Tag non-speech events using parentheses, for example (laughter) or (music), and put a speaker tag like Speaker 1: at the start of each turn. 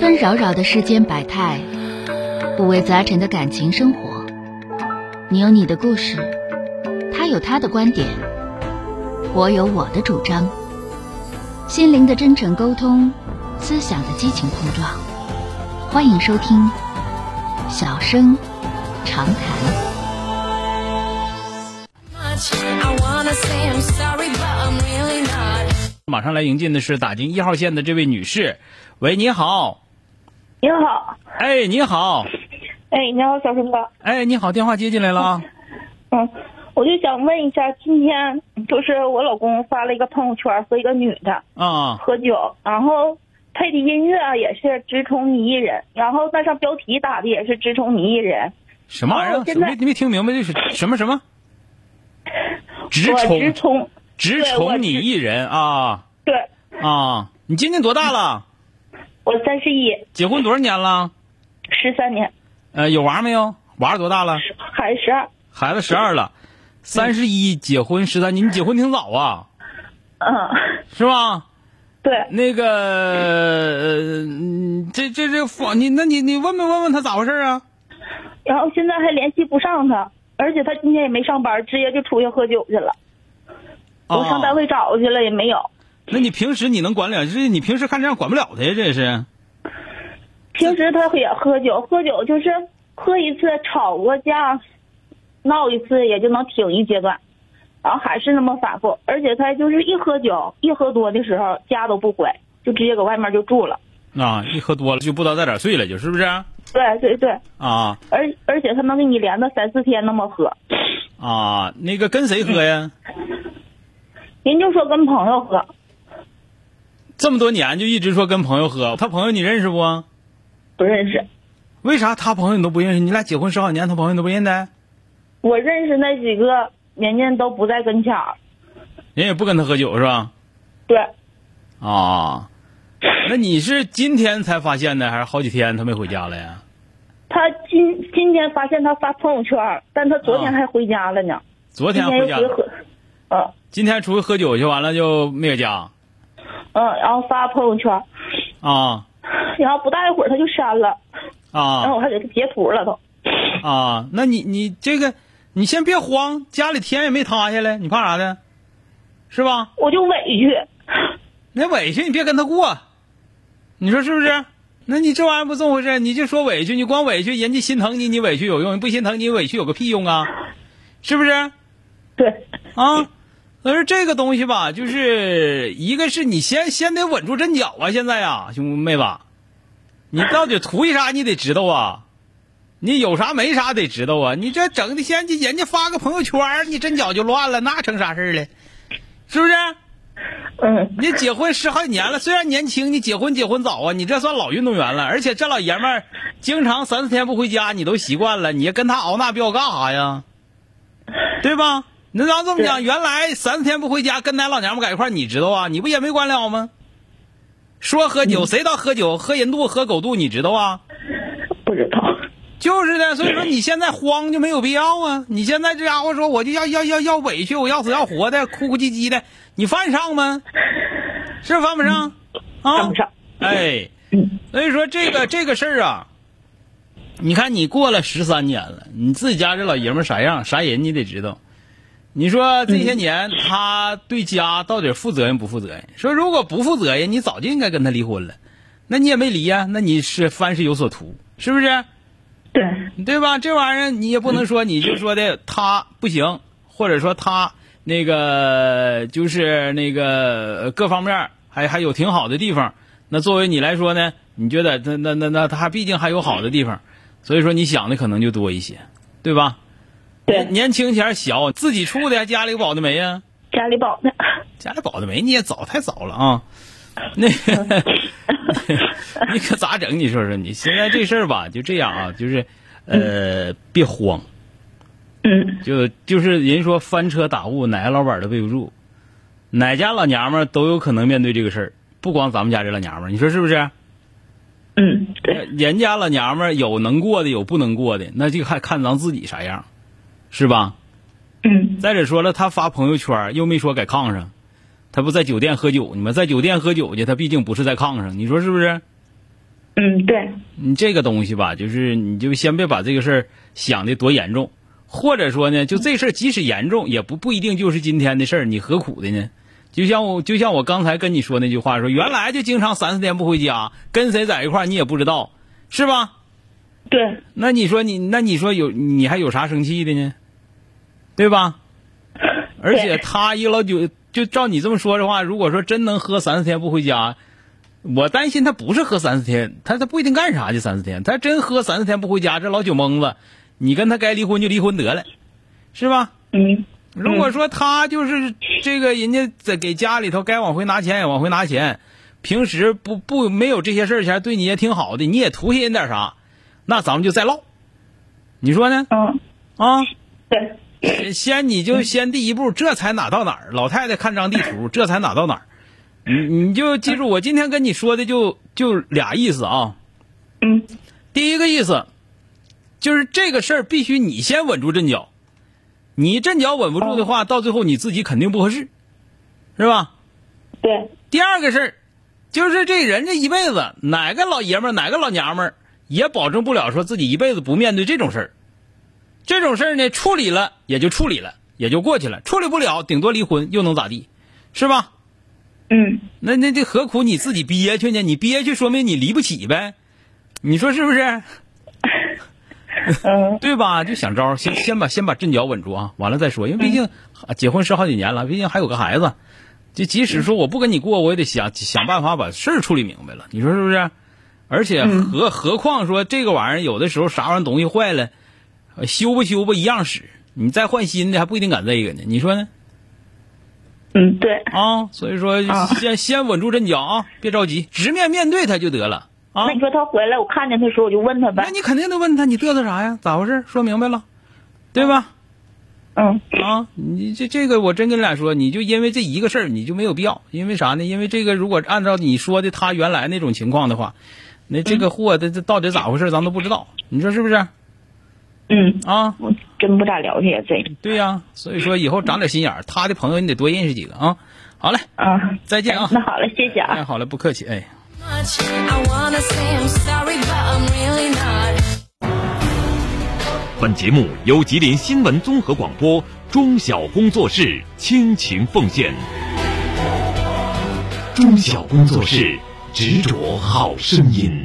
Speaker 1: 纷扰扰的世间百态，五味杂陈的感情生活。你有你的故事，他有他的观点，我有我的主张。心灵的真诚沟通，思想的激情碰撞。欢迎收听《小声长谈》。
Speaker 2: 马上来迎进的是打进一号线的这位女士，喂，你好，
Speaker 3: 你好，
Speaker 2: 哎，你好，
Speaker 3: 哎，你好，小生哥，
Speaker 2: 哎，你好，电话接进来了啊，
Speaker 3: 嗯，我就想问一下，今天就是我老公发了一个朋友圈，和一个女的
Speaker 2: 啊，
Speaker 3: 喝酒，然后配的音乐啊也是只宠你一人，然后那上标题打的也是只宠你一人，
Speaker 2: 什么玩意儿
Speaker 3: 哦
Speaker 2: 啊？
Speaker 3: 现在
Speaker 2: 没没听明白这是什么什么？直
Speaker 3: 我
Speaker 2: 宠
Speaker 3: 只宠，
Speaker 2: 直
Speaker 3: 对我
Speaker 2: 宠你
Speaker 3: 只
Speaker 2: 一人啊
Speaker 3: 对
Speaker 2: 啊！你今年多大了？
Speaker 3: 我三十一，
Speaker 2: 结婚多少年了？
Speaker 3: 十三年，
Speaker 2: 呃，有娃没有？娃儿多大了？
Speaker 3: 还是十二，
Speaker 2: 孩子十二了，三十一结婚十三年，你结婚挺早啊，
Speaker 3: 嗯，
Speaker 2: 是吧？
Speaker 3: 对，
Speaker 2: 那个，呃嗯这这这房，你那你你问没问问他咋回事啊？
Speaker 3: 然后现在还联系不上他，而且他今天也没上班，直接就出去喝酒去了，我上单
Speaker 2: 啊，
Speaker 3: 位找去了也没有，
Speaker 2: 那你平时你能管了？这你平时看这样管不了他呀？这是
Speaker 3: 平时他也喝酒，喝酒就是喝一次吵过架，闹一次也就能挺一阶段，然后还是那么反复，而且他就是一喝酒，一喝多的时候家都不回，就直接搁外面就住了。
Speaker 2: 啊，一喝多了就不知道在哪儿睡了，就是不是啊？
Speaker 3: 对对对，
Speaker 2: 啊
Speaker 3: 而而且他能给你连着三四天那么喝，
Speaker 2: 啊，那个跟谁喝呀？
Speaker 3: 人就说跟朋友喝，
Speaker 2: 这么多年就一直说跟朋友喝，他朋友你认识不？
Speaker 3: 不认识。
Speaker 2: 为啥他朋友你都不认识？你俩结婚十好年，他朋友你都不认得？
Speaker 3: 我认识那几个人家都不在跟前儿，
Speaker 2: 人也不跟他喝酒是吧？
Speaker 3: 对，
Speaker 2: 啊，那你是今天才发现的，还是好几天他没回家了呀？
Speaker 3: 他今今天发现他发朋友圈儿，但他昨天
Speaker 2: 啊
Speaker 3: 还回家了呢，
Speaker 2: 昨
Speaker 3: 今
Speaker 2: 天
Speaker 3: 天
Speaker 2: 回
Speaker 3: 又
Speaker 2: 家
Speaker 3: 回
Speaker 2: 了。
Speaker 3: 喝，嗯、
Speaker 2: 今天出去喝酒去，完了就没有家
Speaker 3: 嗯，然后发朋友圈，
Speaker 2: 啊
Speaker 3: 然后不大一会儿他就删了，然后
Speaker 2: 啊
Speaker 3: 我还给他截图了都。
Speaker 2: 啊！那你你这个，你先别慌，家里天也没塌下来，你怕啥的？是吧？
Speaker 3: 我就委屈，
Speaker 2: 那委屈你别跟他过，你说是不是？那你这玩意儿不这么回事，你就说委屈，你光委屈，人家心疼你，你委屈有用，你不心疼你委屈有个屁用啊？是不是？
Speaker 3: 对
Speaker 2: 啊，所以说这个东西吧，就是一个是你先先得稳住阵脚啊，现在呀、兄妹子，你到底图一啥你得知道啊，你有啥没啥得知道啊，你这整的先人家发个朋友圈儿，你阵脚就乱了，那成啥事儿了？是不是？
Speaker 3: 嗯，
Speaker 2: (laughs) 你结婚十好几年了，虽然年轻，你结婚结婚早啊，你这算老运动员了。而且这老爷们儿经常三四天不回家，你都习惯了，你跟他熬那飙干啥呀？对吧？那咱这么讲，
Speaker 3: 对
Speaker 2: 原来三四天不回家，跟咱老娘们搁一块儿，你知道啊？你不也没管了吗？说喝酒，谁知道喝酒？喝人肚，喝狗肚，你知道啊？
Speaker 3: 不知道，
Speaker 2: 就是的，所以说你现在慌就没有必要啊！你现在这家伙说我就要要要要委屈，我要死要活的，哭哭唧唧的，你犯上吗？是犯不上啊？
Speaker 3: 嗯看不上。
Speaker 2: 哎，
Speaker 3: 嗯
Speaker 2: 所以说这个这个事儿啊，你看你过了十三年了，你自己家这老爷们儿啥样啥人你得知道。你说这些年他对家到底负责任不负责任？说如果不负责任，你早就应该跟他离婚了，那你也没离呀、那你是翻是有所图，是不是？
Speaker 3: 对，
Speaker 2: 对吧？这玩意儿你也不能说你就说的他不行，或者说他那个就是那个呃各方面儿还还有挺好的地方。那作为你来说呢，你觉得那那那那他毕竟还有好的地方，所以说你想的可能就多一些，对吧？
Speaker 3: 对，
Speaker 2: 年轻前儿小，自己处的，家里有保的没呀？
Speaker 3: 家里宝呢？
Speaker 2: 家里保的没，你也早太早了啊。 (laughs) 那个，你可咋整？你说说你现在这事儿吧，就这样啊，就是，呃，别慌，
Speaker 3: 嗯，
Speaker 2: (laughs) 就就是人说翻车打雾，哪个老板都背不住，哪家老娘们儿都有可能面对这个事儿，不光咱们家这老娘们儿，你说是不是？呃
Speaker 3: 嗯，对，
Speaker 2: 人家老娘们儿有能过的，有不能过的，那就看看咱自己啥样，是吧？
Speaker 3: 嗯，
Speaker 2: 再者说了，他发朋友圈儿又没说在炕上，他不在酒店喝酒，你们在酒店喝酒去，他毕竟不是在炕上，你说是不是？
Speaker 3: 嗯，对，
Speaker 2: 你这个东西吧，就是你就先别把这个事儿想的多严重，或者说呢，就这事儿即使严重，也不不一定就是今天的事儿，你何苦的呢？就像我就像我刚才跟你说那句话说，原来就经常三四天不回家，跟谁在一块儿你也不知道，是吧？
Speaker 3: 对，
Speaker 2: 那你说你那你说有你还有啥生气的呢？对吧？而且他一老九就照你这么说的话，如果说真能喝三四天不回家，我担心他不是喝三四天，他他不一定干啥去三四天，他真喝三四天不回家，这老酒蒙子，你跟他该离婚就离婚得了，是吧？
Speaker 3: 嗯，
Speaker 2: 如果说他就是这个人家在给家里头该往回拿钱也往回拿钱，平时不不没有这些事儿前对你也挺好的，你也图寻点啥，那咱们就再唠，你说呢？
Speaker 3: 嗯，
Speaker 2: 啊，
Speaker 3: 对，
Speaker 2: 先你就先第一步，这才哪到哪儿。老太太看张地图，这才哪到哪儿。你你就记住，我今天跟你说的就就俩意思啊。
Speaker 3: 嗯，
Speaker 2: 第一个意思，就是这个事儿必须你先稳住阵脚，你阵脚稳不住的话，到最后你自己肯定不合适，是吧？
Speaker 3: 对，
Speaker 2: 第二个事儿，就是这人这一辈子，哪个老爷们儿、哪个老娘们儿也保证不了说自己一辈子不面对这种事儿。这种事儿呢，处理了也就处理了，也就过去了；处理不了，顶多离婚，又能咋地，是吧？
Speaker 3: 嗯，
Speaker 2: 那那这何苦你自己憋屈呢？你憋屈，说明你离不起呗，你说是不是？(laughs)
Speaker 3: 嗯，
Speaker 2: 对吧？就想招儿，先先把先把阵脚稳住啊，完了再说，因为毕竟啊
Speaker 3: 嗯
Speaker 2: 结婚是好几年了，毕竟还有个孩子，就即使
Speaker 3: 嗯
Speaker 2: 说我不跟你过，我也得想想办法把事儿处理明白了，你说是不是？而且
Speaker 3: 嗯
Speaker 2: 何何况说这个玩意儿，有的时候啥玩意儿东西坏了，呃修吧修吧一样使，你再换新的还不一定赶这个呢，你说呢？
Speaker 3: 嗯，对，
Speaker 2: 啊，所以说
Speaker 3: 啊
Speaker 2: 先先稳住阵脚啊，别着急，直面面对他就得了啊
Speaker 3: 那。你说他回来，我看见他时候，我就问他呗
Speaker 2: 那，你肯定得问他，你嘚瑟啥呀？咋回事？说明白了，对吧？
Speaker 3: 嗯，
Speaker 2: 啊，你这这个我真跟你俩说，你就因为这一个事儿，你就没有必要，因为啥呢？因为这个如果按照你说的他原来那种情况的话，那这个货这这到底咋回事，咱都不知道，你说是不是？
Speaker 3: 嗯，
Speaker 2: 啊，
Speaker 3: 我真不咋了解这个，
Speaker 2: 对呀、所以说以后长点心眼儿，他的朋友你得多认识几个啊。好嘞，
Speaker 3: 啊，
Speaker 2: 再见啊
Speaker 3: 那好了，谢谢啊
Speaker 2: 哎，。好嘞，不客气，哎。
Speaker 4: much. I wanna say I'm sorry, but I'm really not.
Speaker 5: 本节目由吉林新闻综合广播中小工作室倾情奉献。中小工作室执着好声音。